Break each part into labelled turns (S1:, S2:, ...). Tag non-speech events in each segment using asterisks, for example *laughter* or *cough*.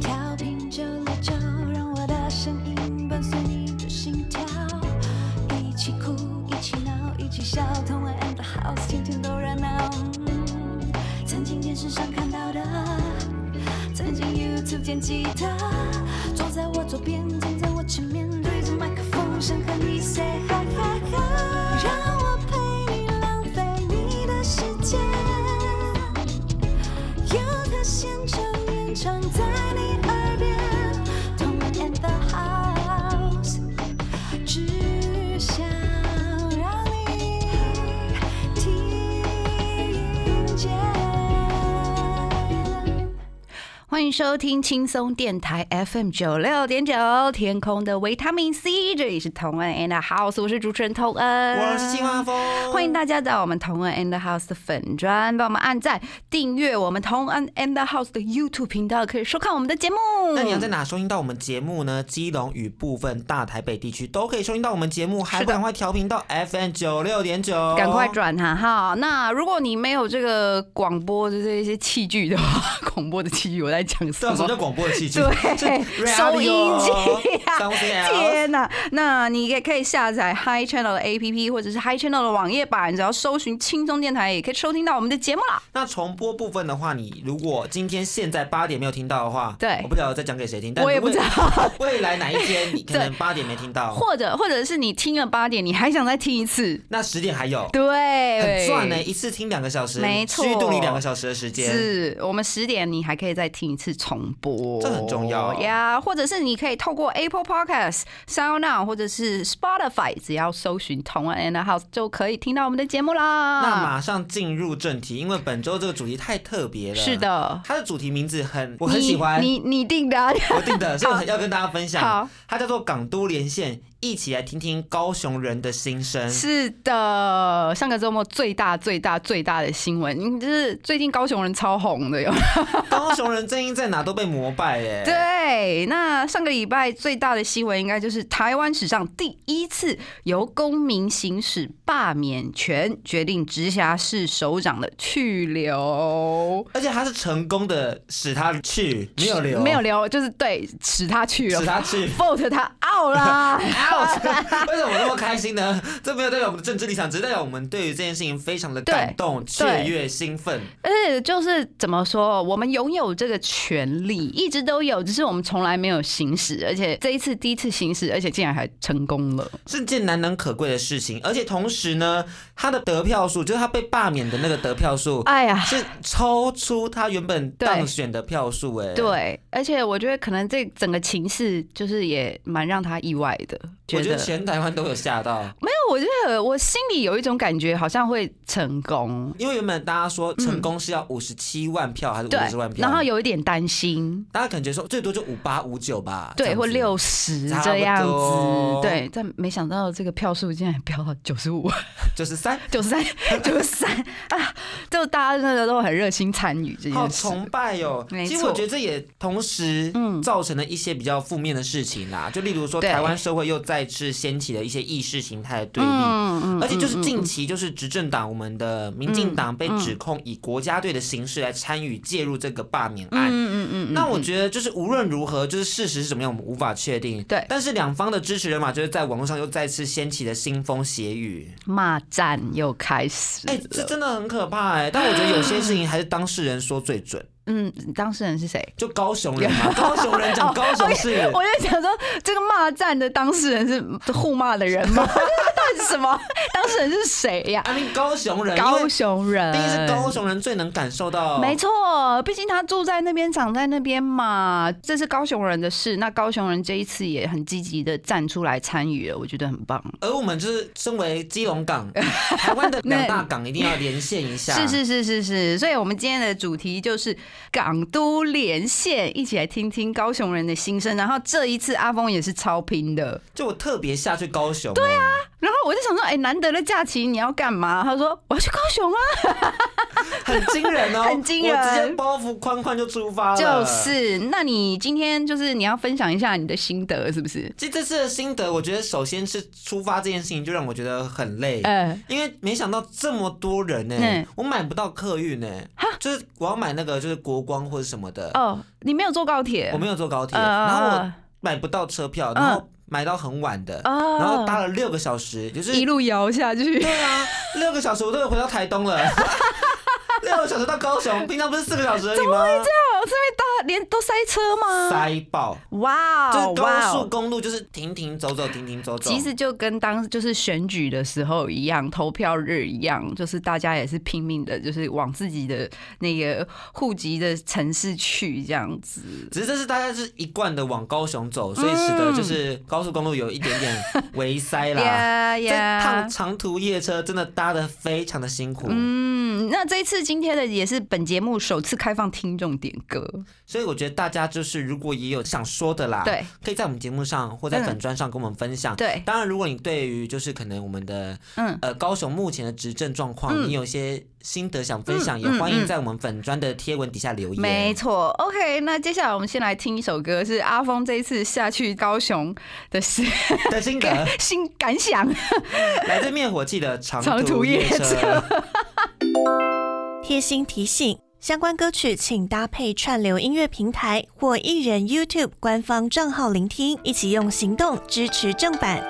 S1: 调频九六九，让我的声音伴随你的心跳，一起哭，一起闹，一起笑，同我 and the house，天天都热闹。嗯曾经电视上看到的，曾经 YouTube 见吉他，坐在我左边，站在我前面，对着麦克风，想和你 say hi hi hi，让我陪你浪费你的时间。有个现场演唱在你耳边，Tom and the House，只想让你听见。
S2: 欢迎收听轻松电台 FM 九六点九天空的维他命 C，这里是同恩 and the House，我是主持人同恩，
S3: 我是青蛙风，
S2: 欢迎大家到我们同恩 and the House 的粉砖，帮我们按赞、订阅我们同恩 and the House 的 YouTube 频道，可以收看我们的节目。
S3: 那你要在哪收听到我们节目呢？基隆与部分大台北地区都可以收听到我们节目，还不赶快调频到 FM 九六点九，
S2: 赶快！转哈哈！那如果你没有这个广播的这些器具的话， *laughs* 广播的器具我在讲什
S3: 对啊，什么叫
S2: 么？
S3: 广播的器具？
S2: 对，
S3: 是
S2: 收
S3: radio
S2: 音机啊！
S3: something else
S2: 天呐，那你也可以下载 Hi Channel 的 APP 或者是 Hi Channel 的网页版，只要搜寻轻松电台，也可以收听到我们的节目啦。
S3: 那重播部分的话，你如果今天现在八点没有听到的话，
S2: 对
S3: 我不晓得再讲给谁听，但
S2: 我也不知道，
S3: *laughs* 未未来哪一
S2: *laughs*
S3: 天你可能八点没听到，
S2: 或者或者是你听了八点，你还想再听一次，
S3: 那十点还有，
S2: 对，
S3: 很欸赚呢、一次听两个小时，
S2: 没错
S3: 虚度你两个小时的时间。
S2: 是我们十点，你还可以再听一次重播，
S3: 这很重要啊
S2: 呀。或者是你可以透过 Apple Podcast、Sound On 或者是 Spotify，只要搜寻“同安 and a House” 就可以听到我们的节目啦。
S3: 那马上进入正题，因为本周这个主题太特别了。
S2: 是，的，
S3: 它的主题名字很我很喜欢，
S2: 你你你定的啊、
S3: 我定的，所以我要跟大家分享
S2: 好，
S3: 它叫做《港都连线》，一起来听听高雄人的心声。
S2: 是的，上个周末最大最大最大的新闻，嗯就是最近高雄人超红的哟。
S3: 高雄人声音在哪都被膜拜
S2: *laughs*
S3: 哎、
S2: 对，那上个礼拜最大的新闻应该就是台湾史上第一次由公民行使罢免权决定直辖市首长的去留，
S3: 而且他是成功的使他去，没有留，
S2: 没有留，就是对，使他去了
S3: 使
S2: *laughs*
S3: 他去
S2: vote 他 out
S3: *laughs*
S2: 啦。
S3: out。为什么那么开心呢？这没有代表我们的政治立场，只是代表我们对于这件事情非常的感动、雀
S2: 对
S3: 跃、兴奋。
S2: 而且就是怎么说，我们拥有这个权利，一直都有，只是我们从来没有行使，而且这一次第一次行使，而且竟然还成功了。
S3: 是件难能可贵的事情，而且同时呢，他的得票数，就是他被罢免的那个得票数，
S2: 哎呀，
S3: 是超出他原本
S2: 对
S3: 当选的票数，哎，，
S2: 对，而且我觉得可能这整个情势就是也蛮让他意外的，
S3: 我
S2: 觉
S3: 觉得
S2: 得
S3: 全台湾都有吓到，
S2: 没有，我觉得我心里有一种感觉，好像会成功，
S3: 因为原本大家说成功是要五十七万票还是
S2: 对
S3: 五十万，票，
S2: 然后有一点担心，
S3: 大家感觉说最多就五八五九吧，啊这
S2: 对，
S3: 样子
S2: 或六十
S3: 差不
S2: 这样
S3: 多
S2: 子，对，但没想到这个票数竟然飙到九十五、
S3: 就是三。
S2: 九
S3: *laughs*
S2: 十三、九十三啊，就大家真的都很热心参与这
S3: 好
S2: 件事。
S3: 崇拜哦！
S2: 嗯没
S3: 其实
S2: 错嗯
S3: 我觉得这也同时造成了一些比较负面的事情啦，就例如说
S2: 对
S3: 台湾社会又再次掀起了一些意识形态的对立。
S2: 嗯
S3: 而且就是近期，就是执政党我们的民进党被指控以国家队的形式来参与介入这个罢免案。
S2: 嗯嗯嗯，
S3: 那我觉得就是无论如何，就是事实是怎么样，我们无法确定。
S2: 对
S3: 但是两方的支持人马就是在网络上又再次掀起了腥风血雨。
S2: 骂战又开始了。
S3: 哎、这真的很可怕哎、但我觉得有些事情还是当事人说最准。
S2: 嗯，当事人是谁？
S3: 就高雄人嘛， *laughs* 高雄人讲高雄
S2: *laughs*
S3: 市，
S2: 哦我就想说，这个骂战的当事人是互骂的人吗？ *laughs* 到底是什么？当事人是谁呀？
S3: I mean 高雄人，因
S2: 高
S3: 为
S2: 雄人，
S3: 第一是高雄人最能感受到，
S2: 没错，毕竟他住在那边，长在那边嘛，这是高雄人的事。那高雄人这一次也很积极的站出来参与了，我觉得很棒。
S3: 而我们就是身为基
S2: *laughs*
S3: 隆港，台湾的两大港一定要连线一下，
S2: 是是是是是，所以我们今天的主题就是港都连线，一起来听听高雄人的心声。然后这一次阿峰也是超拼的，
S3: 就我特别下去高雄，对啊，
S2: 然后我就想说，哎、难得的假期你要干嘛？他说我要去高雄啊。 *laughs*
S3: 很惊人哦，
S2: 很惊人
S3: 我直接包袱宽宽就出发了，
S2: 就是，那你今天就是你要分享一下你的心得，是不是？
S3: 其实这次的心得，我觉得首先是出发这件事情就让我觉得很累，
S2: 呃，
S3: 因为没想到这么多人呢、欸
S2: 嗯
S3: 我买不到客运呢、欸
S2: 哈，
S3: 就是我要买那个就是国光或者什么的，
S2: 哦，你没有坐高铁？
S3: 我没有坐高铁，
S2: 呃
S3: 然后我买不到车票，然后买到很晚的，
S2: 哦
S3: 然后搭了六个小时，就是
S2: 一路摇下去。
S3: 对啊，六个小时我都有回到台东 *laughs* 了。六个小时到高雄，平常不是四个小时而已吗？
S2: 哦， *laughs* 这边大连都塞车吗？
S3: 塞爆，
S2: 哇
S3: 就是
S2: 哦，
S3: 高
S2: 哇
S3: 速
S2: 哦！
S3: 公路就是停停走走，停停走走。
S2: 其实就跟当就是选举的时候一样，投票日一样，就是大家也是拼命的，就是往自己的那个户籍的城市去这样
S3: *laughs*
S2: 子。
S3: 只是这是大家是一贯的往高雄走，所以嗯使得就是高速公路有一点点微塞 *laughs*
S2: 呀
S3: 啦。这趟长途夜车真的搭的非常的辛苦，
S2: 嗯，那这一次今天的也是本节目首次开放听众点歌，
S3: 所以我觉得大家就是如果也有想说的啦，
S2: 对，
S3: 可以在我们节目上或在
S2: 嗯
S3: 粉砖上跟我们分享。
S2: 对
S3: 当然，如果你对于就是可能我们的
S2: 嗯，
S3: 呃，高雄目前的执政状况，
S2: 嗯
S3: 你有些心得想分享，
S2: 嗯
S3: 也
S2: 嗯
S3: 欢迎
S2: 嗯
S3: 在我们粉砖的贴文底下留言。
S2: 没错。OK，那接下来我们先来听一首歌，是阿峰这一次下去高雄的心
S3: 的
S2: *laughs*
S3: 心得
S2: 心感想。
S3: 来自灭火器的长
S2: 长途夜
S3: 夜
S2: 车。
S4: 贴心提醒：相关歌曲请搭配串流音乐平台或艺人 YouTube 官方账号聆听，一起用行动支持正版。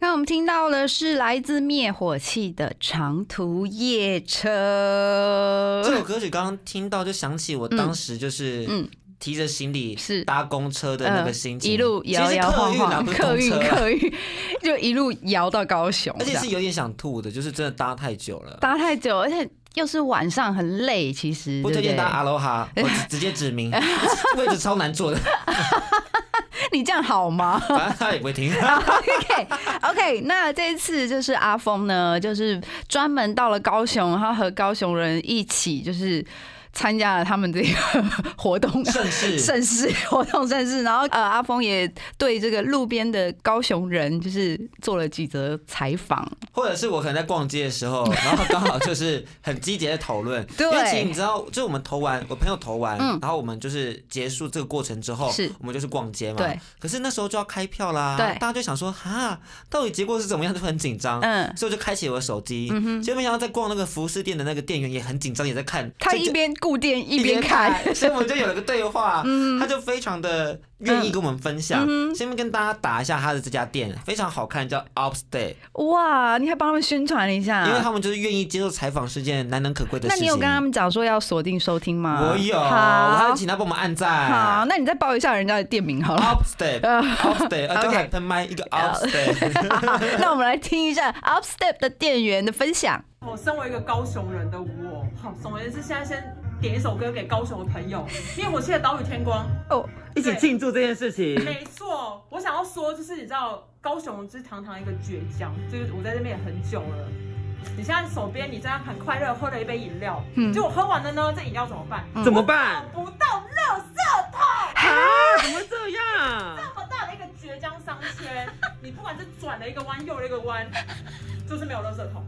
S2: 那我们听到的是来自灭火器的《长途夜车
S3: *laughs* *laughs* 这》，首歌曲刚刚听到，就想起我当时就是
S2: 嗯
S3: 提着行李
S2: 是
S3: 搭公车的那个心
S2: 嗯
S3: 情，
S2: 一路
S3: 其
S2: 摇
S3: 实
S2: 摇
S3: 客
S2: 晃
S3: 运啊
S2: 晃，
S3: 不是
S2: 客
S3: 公
S2: 运
S3: 车啊，
S2: 客运 *laughs* 就一路摇到高雄，
S3: 而且
S2: 这样
S3: 是有点想吐的，就是真的搭太久了。
S2: 搭太久，而且又是晚上，很累，其实
S3: 不
S2: 对
S3: 推
S2: 不
S3: 荐
S2: 对
S3: 搭阿罗哈，我直直接
S2: *laughs*
S3: 指明位置超难坐的，
S2: 你这样好吗？
S3: 反正他也不
S2: *laughs*
S3: 会听。 *laughs*
S2: OK OK，那这一次就是阿峰呢，就是专门到了高雄，然后和高雄人一起就是参加了他们这个活动。
S3: 盛
S2: *laughs*
S3: 世
S2: 盛世活动盛世，然后呃，阿峰也对这个路边的高雄人就是做了几则采访，
S3: 或者是我可能在逛街的
S2: *laughs*
S3: 时候，然后刚好就是很积极的讨论，
S2: 对
S3: 因为其实你知道，就是我们投完，我朋友投完，
S2: 嗯
S3: 然后我们就是结束这个过程之后，
S2: 是
S3: 我们就是逛街嘛，
S2: 对。
S3: 可是那时候就要开票啦，
S2: 对
S3: 大家就想说，哈，到底结果是怎么样，就很紧张。
S2: 嗯，
S3: 所以我就开启我的手机，结果没想到在逛那个服饰店的那个店员也很紧张，也在看。
S2: 他
S3: 所以
S2: 一
S3: 就
S2: 边顾店一边看，嗯
S3: 所以我们就有了个
S2: *laughs*
S3: 对话，他就非常的愿意跟我们分享。先跟大家打一下他的这家店，非常好看，叫 Upstay，
S2: 哇！你还帮他们宣传了一下，
S3: 因为他们就是愿意接受采访是件难能可贵的
S2: 啊那
S3: 事情。
S2: 你有跟他们讲说要锁定收听吗？
S3: 我有，我还
S2: 好，
S3: 请他帮我们按
S2: 好，
S3: 赞。
S2: 那你再报一下人家的店名好了。 *laughs*
S3: Upstep，Upstep，呃，就海喷麦一个 Upstep，
S2: *laughs* 那我们来听一下 Upstep 的店员的分享。
S5: 我哦身为一个高雄人的我，好，总而言之，现在先点一首歌给高雄的朋友，因为我现在岛屿天光，
S2: 哦，
S6: *laughs* 一起庆祝这件事情。
S5: 没错，我想要说就是你知道高雄就是堂堂一个倔强，就是我在这边也很久了。你现在手边你这样很快乐喝了一杯饮料，
S2: 嗯
S5: 结果喝完了呢，这饮料怎么办？
S6: 怎么
S5: 找
S6: 办？
S5: 不到垃圾桶。
S6: 怎么会这样？
S5: 这么大的一个倔强商圈，你不管是转了一个弯，右了一个弯，就是没有垃圾桶。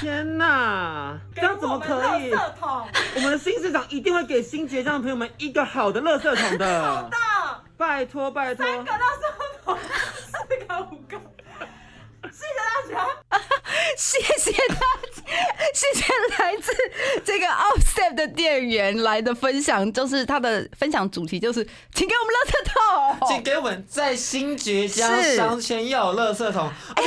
S6: 天哪，这
S5: 给
S6: 样怎
S5: 我
S6: 么
S5: 们
S6: 可以
S5: 垃？圾桶，
S6: 我们的新市长一定会给新结账的朋友们一个好的垃圾桶 *laughs* 的，
S5: 大
S6: 拜托拜托。
S5: 三个垃圾桶，四个五个。谢谢大家，
S2: 谢谢他，谢谢来自这个 Upstep 的店员来的分享，就是他的分享主题就是，请给我们垃圾
S3: *laughs* 请
S2: 桶。
S3: 给我们在新爵江
S2: 是
S3: 商圈要有垃圾桶。
S2: 哎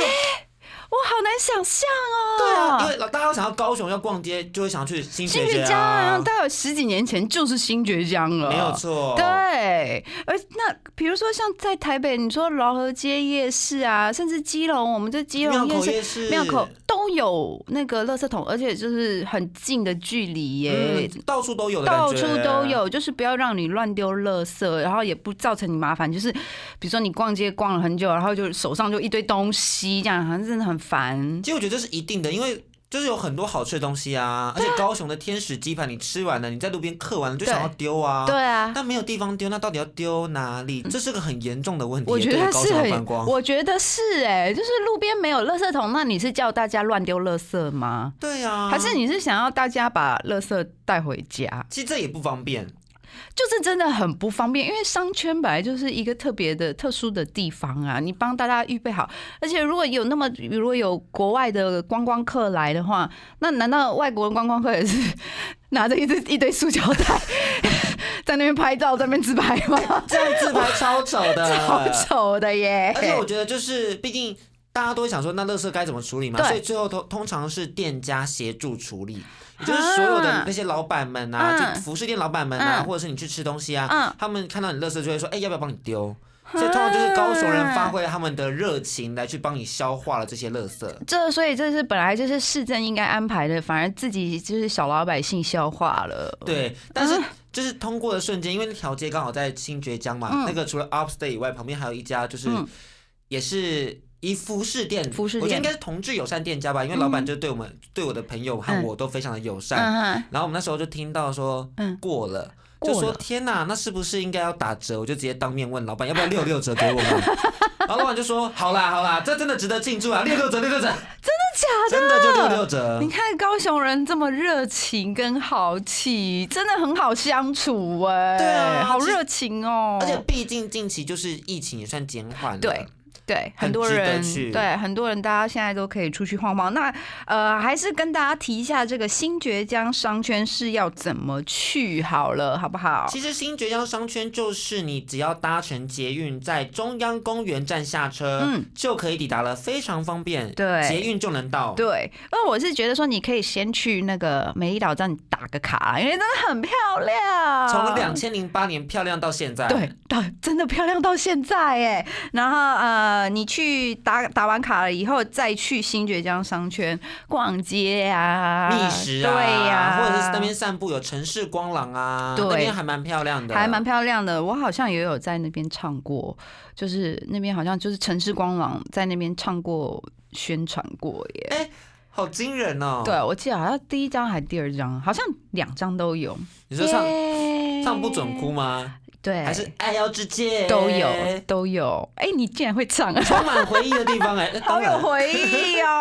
S2: 我好难想象
S3: 对
S2: 哦。
S3: 啊，因为老大家想要高雄要逛街，就会想去新
S2: 新
S3: 学
S2: 觉
S3: 街
S2: 江啊，
S3: 啊，
S2: 大概十几年前就是新觉江了，
S3: 没有。错。
S2: 对，而那比如说像在台北，你说劳合街夜市啊，甚至基隆，我们这基
S3: 庙
S2: 隆
S3: 口
S2: 夜市
S3: 夜市，
S2: 庙口都有那个垃圾桶，而且就是很近的距离耶。
S3: 嗯，到处都有的感
S2: 到
S3: 觉
S2: 处都。有，就是不要让你乱丢垃圾，然后也不造成你麻烦。就是比如说你逛街逛了很久，然后就手上就一堆东西，这样好像真的很烦。
S3: 其实我觉得这是一定的，因为。就是有很多好吃的东西啊，而且高雄的天使鸡排，你吃完了，你在路边嗑完了就想要丢啊，
S2: 对，啊，嗯
S3: 但没有地方丢，那到底要丢哪里？这是个很严重的问题，
S2: 我觉
S3: 对
S2: 得
S3: 于高
S2: 是
S3: 雄的
S2: 很
S3: 观，光。
S2: 我觉得是哎、就是路边没有垃圾桶，那你是叫大家乱丢垃圾吗？
S3: 对啊，
S2: 还是你是想要大家把垃圾带回家？
S3: 其实这也不方便，
S2: 就是真的很不方便，因为商圈本来就是一个特别的、特殊的地方啊。你帮大家预备好，而且如果有那么如果有国外的观光客来的话，那难道外国的观光客也是拿着一堆一堆塑胶袋 *laughs* 在那边拍照，在那边自拍
S3: *laughs*
S2: 吗？
S3: 这样自拍超丑
S2: *laughs*
S3: 的，
S2: 好丑的耶！
S3: 而且我觉得就是，毕竟大家都会想说，那垃圾该怎么处理嘛？
S2: 对
S3: 所以最后通通常是店家协助处理，也就是所有的那些老板们啊，
S2: 嗯
S3: 就服饰店老板们啊，
S2: 嗯
S3: 或者是你去吃东西啊，
S2: 嗯
S3: 他们看到你垃圾就会说，哎、要不要帮你丢？所以通常就是高雄人发挥他们的热情来去帮你消化了这些垃圾。
S2: 这所以这是本来就是市政应该安排的，反而自己就是小老百姓消化了。
S3: 对，但
S2: 嗯
S3: 是就是通过的瞬间，因为那条街刚好在新觉江嘛，
S2: 嗯
S3: 那个除了 Upstate 以外，旁边还有一家就是、
S2: 嗯
S3: 也是。一服饰店，
S2: 服饰
S3: 我觉得
S2: 店
S3: 应该是同志友善店家吧，因为老板就对我们、对我的朋友和
S2: 嗯
S3: 我都非常的友善。
S2: 嗯哼，
S3: 然后我们那时候就听到说，
S2: 嗯
S3: 过了，
S2: 过
S3: 就说
S2: 了
S3: 天哪，那是不是应该要打折？我就直接当面问老板要不要六六折给我们。然后老板就说，好啦好啦，这真的值得庆祝啊，六六
S2: *laughs*
S3: 折六六折，真的假的？真的就六六折
S2: 你。看高雄人这么热情跟豪气，真的很好相处哎、
S3: 对啊
S2: 好热情哦、
S3: 而且毕竟近期就是疫情也算减缓了，
S2: 对对，
S3: 很
S2: 很多
S3: 值得
S2: 人
S3: 去
S2: 对很多人，大家现在都可以出去晃晃。那呃，还是跟大家提一下这个新觉江商圈是要怎么去好了，好不好？
S3: 其实新觉江商圈就是你只要搭乘捷运，在中央公园站下车，
S2: 嗯
S3: 就可以抵达了，非常方便。
S2: 对
S3: 捷运就能到。
S2: 对，那我是觉得说，你可以先去那个美丽岛站打个卡，因为真的很漂亮。
S3: 从两千零八年漂亮到现在，
S2: 对，到真的漂亮到现在哎。然后呃，你去打打完卡了以后，再去新觉江商圈逛街啊，
S3: 觅食啊，
S2: 对呀、
S3: 或者是那边散步有城市光廊啊，
S2: 对
S3: 那边还蛮漂亮的，
S2: 还蛮漂亮的。我好像也有在那边唱过，就是那边好像就是城市光廊在那边唱过宣传过耶。
S3: 好惊人哦。
S2: 对，，啊我记得好像第一张还是第二张，好像两张都有。
S3: 你说唱
S2: 耶
S3: 唱不准哭吗？
S2: 对，
S3: 还是爱要之戒
S2: 都有都有。哎、你竟然会唱，
S3: 充满回忆的地方哎、
S2: *laughs*
S3: 那
S2: 好
S3: 当然。
S2: 有回忆哦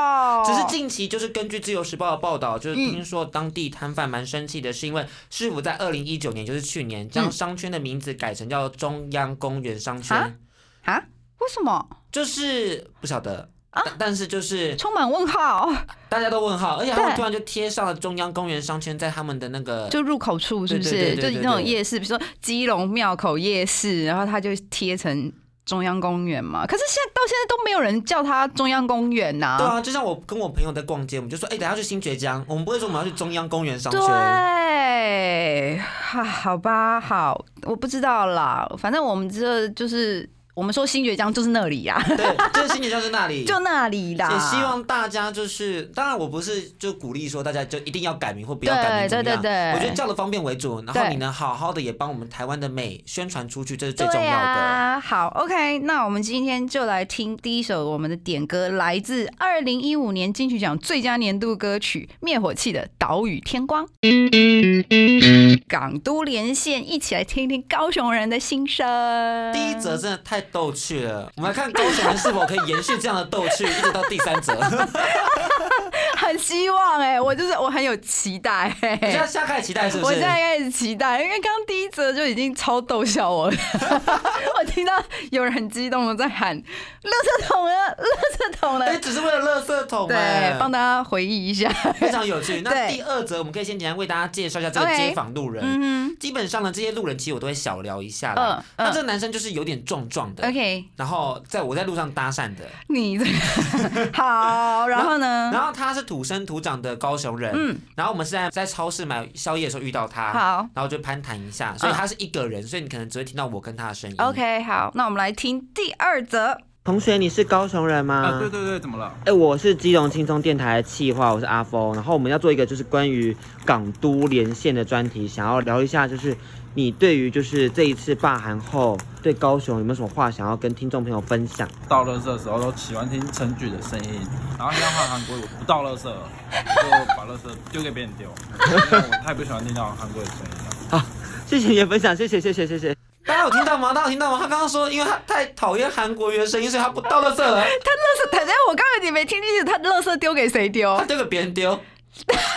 S3: *laughs*
S2: 嗯
S3: 只是近期就是根据《自由时报》的报道，就是听说当地摊贩蛮生气的，是因为市府在二零一九年，就是去年，
S2: 嗯
S3: 将商圈的名字改成叫中央公园商
S2: 啊
S3: 圈，
S2: 啊，为什么
S3: 就是不晓得。
S2: 啊
S3: 但但是就是
S2: 充满问
S3: *laughs*
S2: 号？
S3: 大家都问号，而且他们
S2: 对
S3: 突然就贴上了中央公园商圈在他们的那个，
S2: 就入口处是不是？
S3: 对对对对对
S2: 就那种夜市，比如说基隆庙口夜市，然后它就贴成中央公园嘛。可是现在到现在都没有人叫它中央公园呐、
S3: 对啊，就像我跟我朋友在逛街，我们就说，哎、等一下去新觉江，我们不会说我们要去中央公园商圈，
S2: 对，哈，好吧，好，我不知道啦，反正我们这就是我们说新觉江就是那里呀、
S3: 对，就是新觉江是那里，
S2: *laughs* 就那里啦。
S3: 也希望大家就是，当然我不是就鼓励说大家就一定要改名或不
S2: 对
S3: 要改名怎么
S2: 对
S3: 样，
S2: 对对
S3: 我觉得叫的方便为主，然后
S2: 对
S3: 你能好好的也帮我们台湾的美宣传出去，这是最
S2: 对
S3: 重要的。
S2: 啊、好，OK，那我们今天就来听第一首我们的点歌，来自二零一五年金曲奖最佳年度歌曲《灭火器》的《岛屿天光》。港都连线，一起来听听高雄人的心声。
S3: 第一则真的太逗趣了，我们来看高雄人是否可以延续这样的逗趣，一直到第三
S2: *laughs*
S3: 则。
S2: 很希望哎、我就是我很有期待、
S3: *laughs* 你现在
S2: 欸。
S3: 下开始期待是不
S2: 我
S3: 是
S2: 现在？开始期待，因为刚刚第一则就已经超逗笑
S3: *laughs*
S2: 我了。我听到有人很激动的在喊“垃圾桶了，垃圾桶了”，啊
S3: 哎，只是为了垃圾桶哎
S2: 对，，帮大家回忆一下。
S3: 非常有趣。
S2: *laughs*
S3: 那
S2: 对
S3: 第二则我们可以先简单为大家介绍一下这个
S2: OK
S3: 街访路人。
S2: 嗯
S3: 基本上呢，这些路人其实我都会小聊一下啦。
S2: 嗯嗯
S3: 那这个男生就是有点壮壮的。
S2: ，OK，
S3: 然后在我在路上搭讪的，
S2: 你
S3: *laughs*
S2: 这好，然后呢？
S3: 然后他是土生土长的高雄人，
S2: 嗯
S3: 然后我们是在在超市买宵夜的时候遇到他，
S2: 好啊
S3: 然后就攀谈一下，所以他是一个人，所以你可能只会听到我跟他的声音。
S2: OK，好，那我们来听第二则。
S6: 同学，你是高雄人吗？
S3: 呃嗯
S2: 嗯
S7: 啊，对。对对，怎么了？
S6: 哎、我是基隆轻松电台的企划，我是阿峰。然后我们要做一个就是关于港都连线的专题，想要聊一下就是你对于就是这一次罢韩后对高雄有没有什么话想要跟听众朋友分享？
S7: 到乐色的时候都喜欢听陈举的声音，然后现在换韩国语，我不到乐色，我就把乐色丢给别人丢，因为我太不喜欢听到韩国语的声音了。
S6: 谢谢你的分享，谢谢谢谢谢谢。
S3: 大家有听到吗？大家有听到吗？他刚刚说，因为他太讨厌韩国人的声音，所以
S2: *laughs*
S3: 他不到垃圾
S2: 他
S3: 了，
S2: 乐色，等一下我刚刚有点没听清楚，他乐色丢给谁丢
S3: *laughs* 他？丢给别人丢。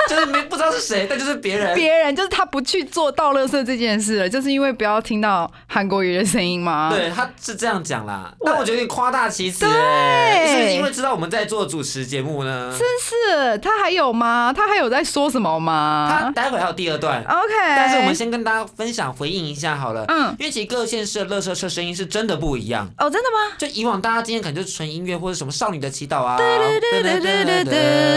S3: 就是没不知道是谁，但就是别人。
S2: 别人就是他不去做倒垃圾这件事了，就是因为不要听到韩国语的声音吗？，
S3: 对，他是这样讲啦，但我觉得有点夸大其词、欸，
S2: 对
S3: 是不是因为知道我们在做主持节目呢。
S2: 真是他还有吗？他还有在说什么
S3: 他
S2: 吗
S3: 待会还有第二段，
S2: 啊？OK，
S3: 但是我们先跟大家分享回应一下好了。
S2: 嗯
S3: 因为其实各县市的垃圾车声音是真的不一样。
S2: 哦，真的吗？
S3: 就以往大家今天可能就是纯音乐或者什么少女的祈祷啊，
S2: 对对对对对对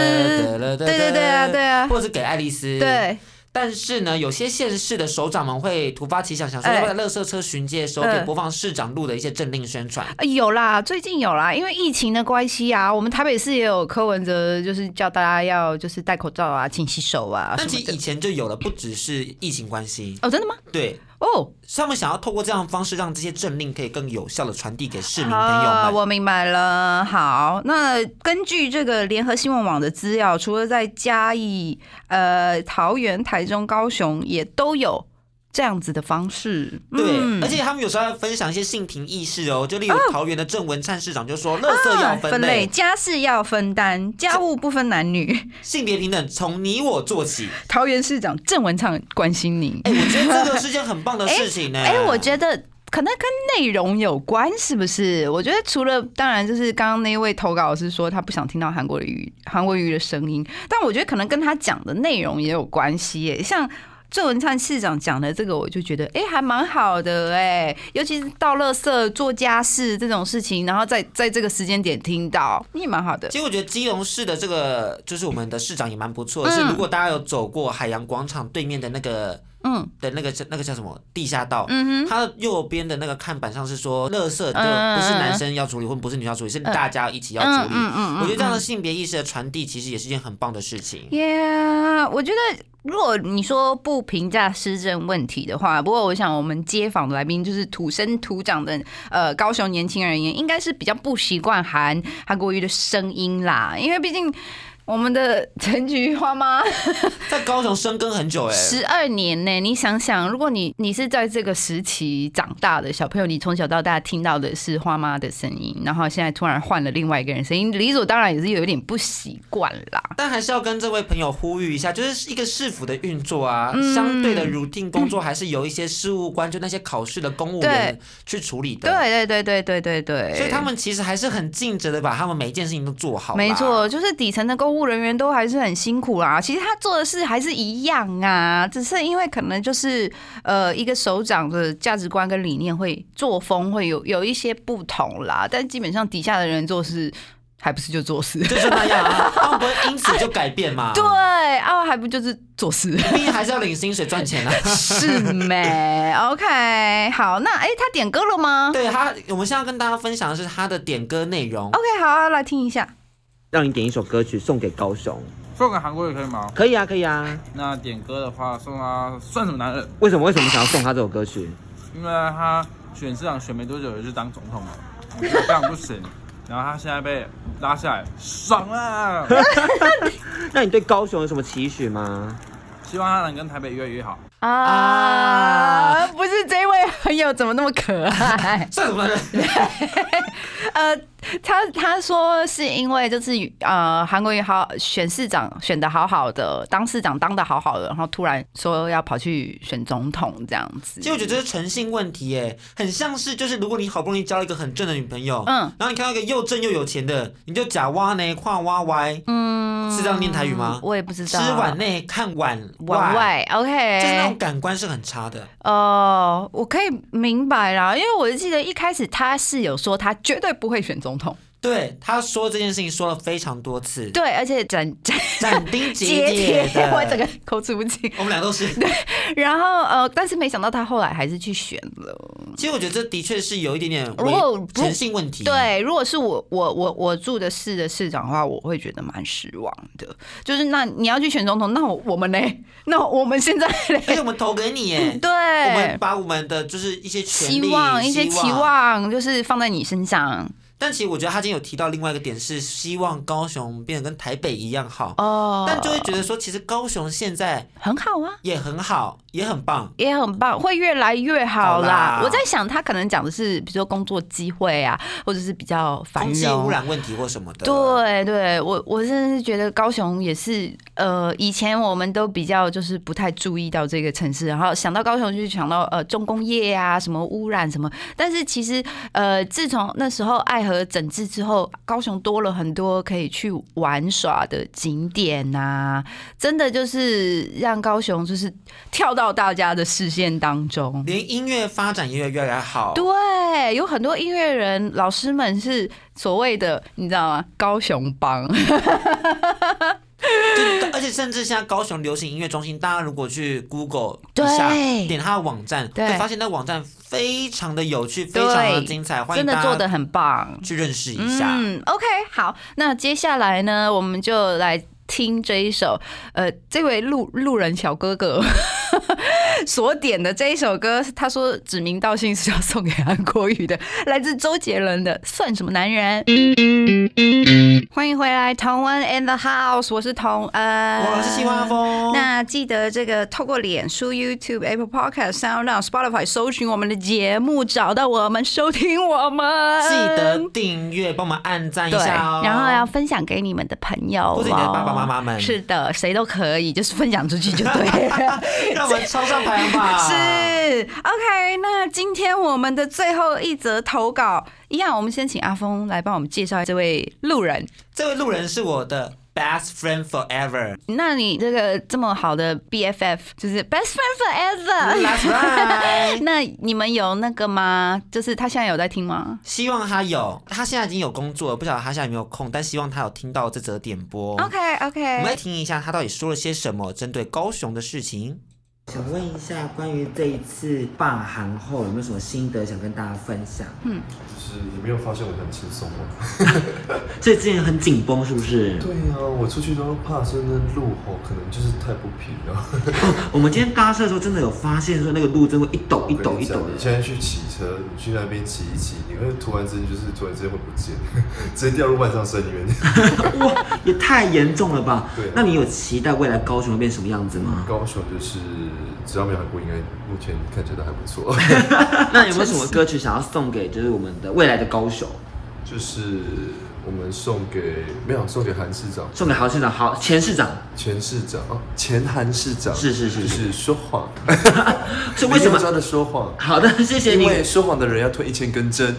S2: 对对对对啊对啊
S3: 或者是给爱丽丝。。
S2: 对，
S3: 但是呢，有些县市的首长们会突发奇想，想说
S2: 哎
S3: 要不要在垃圾车巡街的时候
S2: 嗯
S3: 可以播放市长录的一些政令宣传。
S2: 呃有啦，最近有啦，因为疫情的关系啊，我们台北市也有柯文哲，就是叫大家要就是戴口罩啊、勤洗手啊
S3: 但
S2: 什
S3: 其
S2: 么
S3: 实以
S2: 的。
S3: 前就有了，不只是疫情关系，
S2: 哦，真的吗？
S3: 对，
S2: 哦，
S3: 是他们想要透过这样的方式，让这些政令可以更有效的传递给市民朋
S2: 啊，
S3: 友们。
S2: 我明白了。好，那根据这个联合新闻网的资料，除了在嘉义、呃桃园、台中、高雄，也都有这样子的方式。
S3: 对，
S2: 嗯
S3: 而且他们有时候还分享一些性平意识哦，就例如桃园的郑文灿市长就说，垃圾要
S2: 啊
S3: 分
S2: 类，
S3: 类，
S2: 家事要分担，家务不分男女。
S3: 性别平等从你我做起。
S2: 桃园市长郑文灿关心你。
S3: 哎，我觉得这个是件很棒的事情呢。
S2: 哎、我觉得可能跟内容有关，是不是？我觉得除了当然就是刚刚那位投稿是说他不想听到韩国的语韩国语的声音，但我觉得可能跟他讲的内容也有关系耶，像。郑文灿市长讲的这个，我就觉得哎、还蛮好的哎、尤其是倒垃圾、做家事这种事情，然后在在这个时间点听到，也蛮好的
S3: 其实我觉得基隆市的这个就是我们的市长也蛮不错的，是
S2: 嗯
S3: 如果大家有走过海洋广场对面的那个。
S2: 嗯
S3: 的那个叫那个叫什么地下道，嗯、它右边的那个看板上是说，垃
S2: 嗯
S3: 圾就不是男生要处理，或不是女生要处理，是大家一起要处理。
S2: 嗯嗯嗯嗯
S3: 我觉得这样的性别意识的传递，其实也是一件很棒的事情。
S2: Yeah，我觉得如果你说不评价施政问题的话，不过我想我们街访的来宾就是土生土长的呃高雄年轻人而言，应该是比较不习惯韩韩国瑜的声音啦，因为毕竟。我们的陈菊花
S3: *laughs*
S2: 妈
S3: 在高雄深耕很久、哎，
S2: 十二年呢、你想想，如果你你是在这个时期长大的小朋友，你从小到大听到的是花妈的声音，然后现在突然换了另外一个人声音，理所当然也是有一点不习惯啦。
S3: 但还是要跟这位朋友呼吁一下，就是一个市府的运作啊，
S2: 嗯
S3: 相对的 routine 工作还是由一些事务官，就那些考试的公务员去处理的。
S2: 对对对对对对对，
S3: 所以他们其实还是很尽责的，把他们每一件事情都做好。
S2: 没错，，就是底层的购物人员都还是很辛苦啦。其实他做的事还是一样啊，只是因为可能就是呃，一个首长的价值观跟理念会作风会有有一些不同啦，但基本上底下的人做事还不是就做事，
S3: 就是那样啊，他们不会因此就改变
S2: *laughs*
S3: 嘛。
S2: 对啊，还不就是做事。
S3: 毕竟还是要领薪水赚钱啊。 *laughs*
S2: 是没 OK，好，那哎、他点歌了吗
S3: 对他，我们现在要跟大家分享的是他的点歌内容。？
S2: ？OK，好、啊，来听一下。
S6: 让你点一首歌曲送给高雄，
S7: 送给韩国也可以吗？
S6: 可以啊，可以啊。
S7: 那点歌的话，送他算什么男人？
S6: 为什么为什么想要送他这首歌曲？
S7: 因为他选市长选没多久也就当总统了，我觉得非常不行。然后他现在被拉下来，爽啊！
S6: 那你对高雄有什么期许吗？
S7: 希望他能跟台北越来越好。
S2: 啊，不是这位朋友怎么那么可爱
S3: 算什么人？
S2: *laughs* 呃，他他说是因为就是呃，韩国瑜好选市长选的好好的，当市长当的好好的，然后突然说要跑去选总统这样子。
S3: 其实我觉得这是诚信问题耶，很像是就是如果你好不容易交了一个很正的女朋友，
S2: 嗯
S3: 然后你看到一个又正又有钱的，你就假挖呢，跨挖歪，
S2: 嗯
S3: 是这样念台语吗？
S2: 我也不知
S3: 吃
S2: 道。
S3: 碗内看碗
S2: 往外哎
S3: 就是那
S2: ，OK，
S3: 种感官是很差的。
S2: 哦，我可以明白啦，因为我记得一开始他是有说他绝对不会选总统，
S3: 对，他说这件事情说了非常多次，
S2: 对，而且斩斩
S3: 斩钉截
S2: 截
S3: 铁
S2: 铁，
S3: 的。
S2: 我整个口齿不清。
S3: 我们俩都是。
S2: 然后呃，但是没想到他后来还是去选了。
S3: 其实我觉得这的确是有一点点
S2: 如果
S3: 为诚信问题。，
S2: 对，如果是我我我我住的市的市长的话，我会觉得蛮失望的。就是那你要去选总统，那我我们呢？ *laughs* 那我们现在 *laughs*
S3: 而且
S2: 嘞？
S3: 我们投给你耶，我们
S2: 对，
S3: 把我们的就是一些权利
S2: 希望一些期
S3: 希望
S2: 望就是放在你身上。
S3: 但其实我觉得他今天有提到另外一个点是，希望高雄变得跟台北一样好，
S2: 哦，
S3: 但就会觉得说，其实高雄现在
S2: 很好啊。
S3: 也很好，也很棒。
S2: 也很棒，会越来越好
S3: 好
S2: 啦。
S3: 啦
S2: 我在想，他可能讲的是，比如说工作机会啊，或者是比较繁
S3: 空气
S2: 荣啊
S3: 污。染问题或什么的，，
S2: 对对，我我真的是觉得高雄也是，呃，以前我们都比较就是不太注意到这个城市，然后想到高雄就想到呃重工业啊，什么污染什么，但是其实呃自从那时候爱河整治之后，高雄多了很多可以去玩耍的景点呐、真的就是让高雄就是跳到大家的视线当中。
S3: 连音乐发展也越来越好。
S2: 对，有很多音乐人老师们是所谓的，你知道吗？高雄帮，
S3: 就而且甚至现在高雄流行音乐中心，大家如果去 Google
S2: 对
S3: 一下，点它的网站，
S2: 对
S3: 会发现那网站非常的有趣，非常的精彩，欢
S2: 真
S3: 迎
S2: 的
S3: 大
S2: 做
S3: 家
S2: 的很棒。
S3: 去认识一下。
S2: 嗯，OK，好，那接下来呢，我们就来听这一首，呃，这位路路人小哥哥 *laughs* 所点的这一首歌，他说指名道姓是要送给韩国语的， *laughs* 来自周杰伦的《算什么男人》。欢迎回来，童文 and the house，我是童恩，
S3: 我是西瓜
S2: 呃
S3: 风，
S2: 那记得这个透过脸书、YouTube、Apple Podcast、Sound On、Spotify 搜寻我们的节目，找到我们，收听我们，
S3: 记得订阅，帮我们按赞一
S2: 嗯对，
S3: 下哦。
S2: 然后要分享给你们的朋友、哦，
S3: 或者你的爸爸妈妈们
S2: 是的，谁都可以，就是分享出去就
S3: *laughs*
S2: 对 *laughs* 了。
S3: *laughs* 让我们冲上排行榜。
S2: *laughs* 是 OK，那今天我们的最后一则投稿，一样，我们先请阿峰来帮我们介绍这位路人。
S3: 这位路人是我的 best
S2: *laughs*
S3: friend forever。
S2: 那你这个这么好的 BFF，就是 best friend forever，
S3: That's right
S2: *laughs* 那你们有那个吗？就是他现在有在听吗？
S3: 希望他有，他现在已经有工作了，不晓得他现在有没有空，但希望他有听到这则点播。
S2: OK
S3: 哦我
S2: OK，
S3: 们来听一下他到底说了些什么针对高雄的事情。想问一下，关于这一次罢韩后有没有什么心得想跟大家分享？
S8: 就是你没有发现我很轻松吗？
S6: 最近很紧绷是不是？
S8: 对啊，我出去都怕真的路吼，可能就是太不平了。
S6: 哦，我们今天搭车的时候真的有发现说那个路真的会一 *laughs* 抖一
S8: 我
S6: 抖
S8: 跟
S6: 一
S8: 你讲
S6: 抖
S8: *laughs* 你
S6: 的。
S8: 现在去骑车，你去那边骑一骑，你会突然之间就是突然之间会不见， *laughs* 直接掉入万丈深
S6: *laughs*
S8: 渊。
S6: 哇，也太严重了吧
S8: 对啊！
S6: 那你有期待未来高雄会变什么样子吗？
S8: 高雄就是只要没有韩国，应该目前看起来都还不错。 *laughs*
S6: *laughs* 那有没有什么歌曲想要送给就是我们的未来的高雄？
S8: 就是我们送给没有送给韩市长、
S6: 送给郝市长、郝前市长，
S8: 前市长哦，前韩市长
S6: 是是是
S8: 就是说谎，
S6: 是
S8: *laughs*
S6: 为什么
S8: 真的说谎？
S6: 好的，谢谢
S8: 因
S6: 你。
S8: 为说谎的人要退一千根针。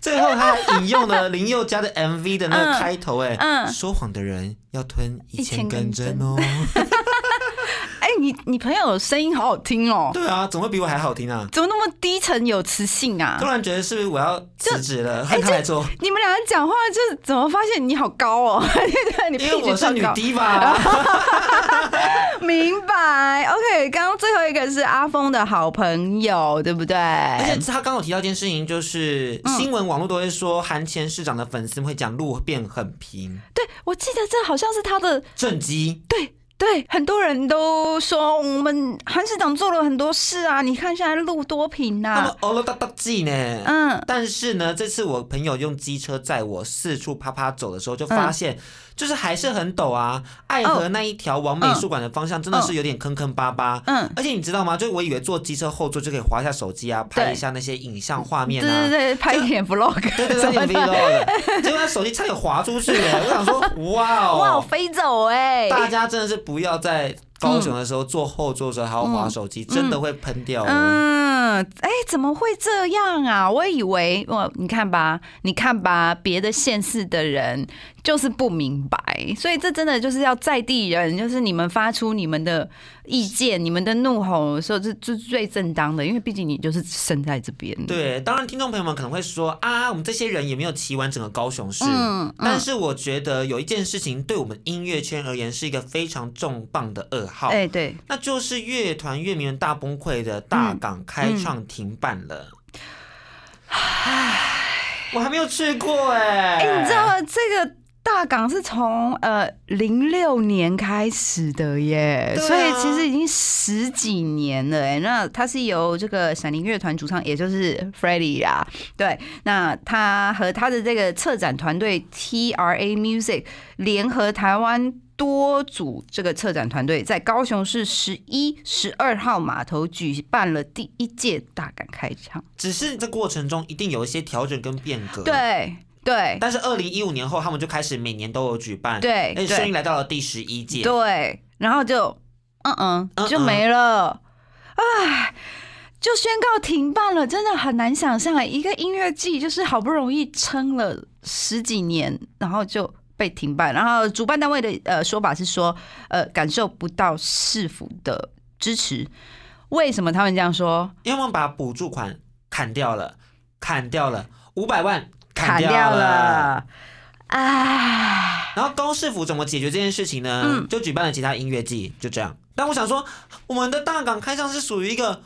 S3: 最后他还引用了林宥嘉的 MV 的那个开头、哎、
S2: 嗯
S3: 说谎的人要吞一千根针哦。
S2: 哎、你你朋友的声音好好听哦，
S3: *laughs* 对啊，怎么会比我还好听啊？
S2: 怎么那么低沉有磁性啊
S3: 突？然觉得是不是我要辞职了，换他来做？
S2: 你们俩讲话就是怎么发现你好高哦？ *laughs* 你
S3: 因
S2: 屁
S3: 为
S2: 股
S3: 我是
S2: 超
S3: 女
S2: 高，
S3: 低吧。 *laughs*
S2: 明白？OK，刚刚最后一个是阿峰的好朋友，对不对？
S3: 而且他刚好提到一件事情，就是
S2: 嗯
S3: 新闻网络都会说韩前市长的粉丝会讲路变很平，
S2: 对，我记得这好像是他的
S3: 正畸
S2: 对，很多人都说我们韩市长做了很多事啊，你看现在路多平
S3: 他们哦
S2: 啊，
S3: 欧了大大记呢。
S2: 嗯，
S3: 但是呢，这次我朋友用机车载我四处啪啪走的时候，就
S2: 嗯
S3: 发现、就是还是很陡啊。爱河那一条往美术馆的方向真的是有点坑坑巴巴。
S2: 哦嗯
S3: 而且你知道吗？就我以为坐机车后座就可以滑一下手机啊，拍一下那些影像画
S2: 对
S3: 面啊。
S2: 对对，拍一点 vlog
S3: 对对
S2: 什
S3: 对，
S2: 么 *laughs*
S3: 有点 vlog
S2: 的，
S3: 的，结果他手机差点滑出去耶！我想
S2: *laughs*
S3: 说，哇哦，
S2: 哇，我飞走哎、
S3: 大家真的是不要在高雄的时候坐后座的时候还要滑手机，真的会喷掉、哦。
S2: 嗯，哎，怎么会这样啊？我以为我你看吧，你看吧，别的县市的人就是不明白，所以这真的就是要在地人，就是你们发出你们的意见、你们的怒吼的时候，这这是最正当的，因为毕竟你就是生在这边。，
S3: 对，当然听众朋友们可能会说啊，我们这些人也没有骑完整个高雄市。
S2: 嗯嗯
S3: 但是我觉得有一件事情对我们音乐圈而言是一个非常重磅的噩耗，
S2: 哎，对，
S3: 那就是乐团乐迷们大崩溃的大港开唱停办了。
S2: 嗯
S3: 唉，我还没有去过哎、
S2: 哎哎，你知道吗？这个。大港是从呃零六年开始的耶，
S3: 对啊
S2: 所以其实已经十几年了哎。那它是由这个闪灵乐团主唱，也就是 f r e d d y 啦，对，那他和他的这个策展团队 TRA Music 联合台湾。多组这个策展团队在高雄市十一、十二号码头举办了第一届大港开唱，
S3: 只是这过程中一定有一些调整跟变革。。
S2: 对对
S3: 但是二零一五年后，他们就开始每年都有举办，
S2: 对
S3: 而且
S2: 对
S3: 顺利来到了第十一届。
S2: 对，然后就嗯嗯
S3: 嗯
S2: 就没了，唉，就宣告停办了，真的很难想象一个音乐季就是好不容易撑了十几年，然后就。被停办，然后主办单位的呃说法是说，呃感受不到市府的支持。为什么他们这样说？
S3: 因为我们把补助款砍掉了，砍掉了五百万，
S2: 砍
S3: 掉
S2: 掉了，唉，
S3: 然后高市府怎么解决这件事情呢？
S2: 嗯
S3: 就举办了其他音乐季，就这样。但我想说，我们的大港开唱是属于一个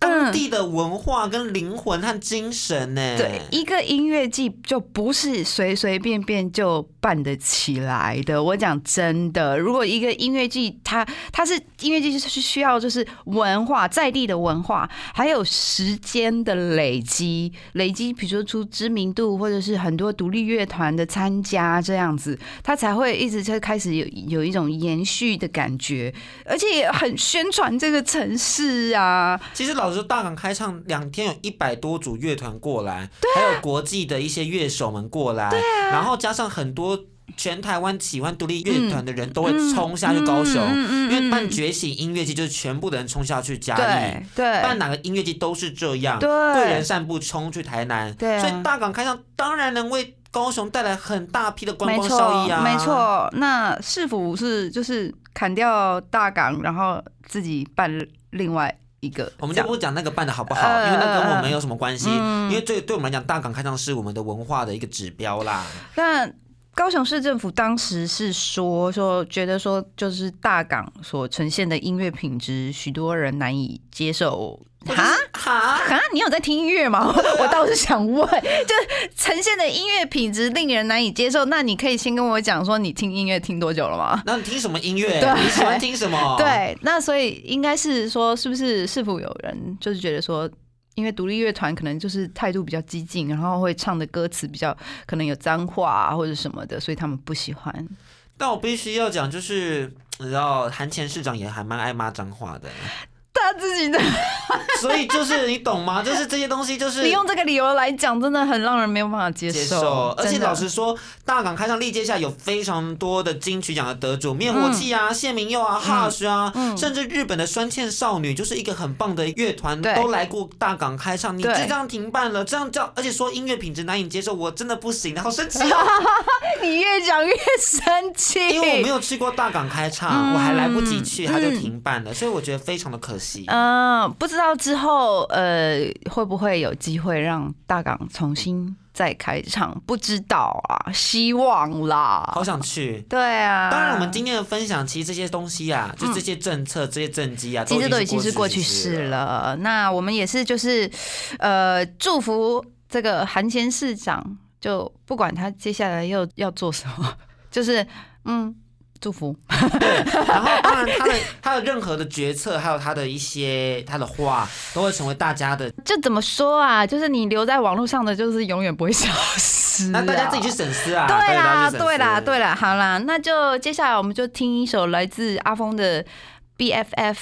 S3: 当地的文化、跟灵魂和精神呢。
S2: 对，嗯一个音乐季就不是随随便便就办得起来的。我讲真的，如果一个音乐季，它它是音乐季，就是需要就是文化在地的文化，还有时间的累积，累积比如说出知名度，或者是很多独立乐团的参加这样子，它才会一直就开始有有一种延续的感觉，而且也很宣传这个城市啊。
S3: 其实老实说，大港开唱两天有一百多组乐团过来，
S2: 啊
S3: 还有国际的一些乐手们过来，然后加上很多。全台湾喜欢独立乐团
S2: 嗯
S3: 的人都会冲下去高雄，因为办觉醒音乐季就是全部的人冲下去嘉义
S2: 对，对，
S3: 办哪个音乐季都是这样，
S2: 对
S3: 贵人散步冲去台南，
S2: 对啊
S3: 所以大港开唱当然能为高雄带来很大批的观
S2: 没
S3: 光
S2: 错，
S3: 效益啊，
S2: 没。错，那市府是就是砍掉大港，然后自己办另外一个这样，
S3: 我们就不讲那个办的好不好，
S2: 呃
S3: 因为那跟我们没有什么关系，
S2: 嗯
S3: 因为对对我们来讲，大港开唱是我们的文化的一个指标啦。
S2: 那高雄市政府当时是说说觉得说就是大港所呈现的音乐品质，许多人难以接受。哈
S3: 哈，
S2: 哈，你有在听音乐吗？ *laughs* 我倒是想问，就是呈现的音乐品质令人难以接受。那你可以先跟我讲说你听音乐听多久了吗？
S3: 那你听什么音乐？
S2: 对
S3: 你喜欢听什么？，
S2: 对，那所以应该是说，是不是是否有人就是觉得说，因为独立乐团可能就是态度比较激进，然后会唱的歌词比较可能有脏话、啊、或者什么的，所以他们不喜欢。
S3: 但我必须要讲，就是你知道，韩前市长也还蛮爱骂脏话的，
S2: 他自己的，
S3: 所以就是你懂吗？就是这些东西，就是
S2: 你用这个理由来讲，真的很让人没有办法接
S3: 接
S2: 受。
S3: 受，而且
S2: 真的
S3: 老实说，大港开唱历届下有非常多的金曲奖的得主，灭火器
S2: 嗯
S3: 啊、谢明佑啊、Hush 啊，甚至日本的酸欠少女就是一个很棒的乐团，
S2: 对
S3: 都来过大港开唱。你就
S2: 对
S3: 这样停办了，这样叫，而且说音乐品质难以接受，我真的不行，
S2: *laughs*
S3: 好生气哦，
S2: *laughs* 你越讲越生气，
S3: 因为我没有去过大港开
S2: 嗯
S3: 唱，我还来不及去，它就停办了，所以我觉得非常的可惜。
S2: 嗯，不知道之后呃会不会有机会让大港重新再开唱，不知道啊，希望啦
S3: 好。想去。
S2: 对啊，
S3: 当然，我们今天的分享，其实这些东西啊，就这些政策、这些政绩啊，
S2: 嗯其实都已经是
S3: 是
S2: 过去式。了。那我们也是就是，呃，祝福这个韩先市长，就不管他接下来又要做什么，就是嗯，祝福。
S3: 然后，当然，他的他的任何的决策，还有他的一些他的话，都会成为大家的。
S2: 就怎么说啊，就是你留在网络上的，就是永远不会消失、
S3: 那大家自己去。审思啊。
S2: 对啦，对
S3: 对
S2: 啦，
S3: 啦。
S2: 对啦，好啦，那就接下来我们就听一首来自阿峰的 BFF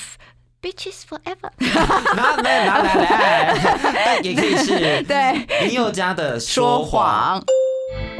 S2: Bitches Forever，
S3: 拿来拿来来，但也可以是
S2: 对，
S3: 林宥嘉的
S2: 说
S3: 说谎。
S2: 谎。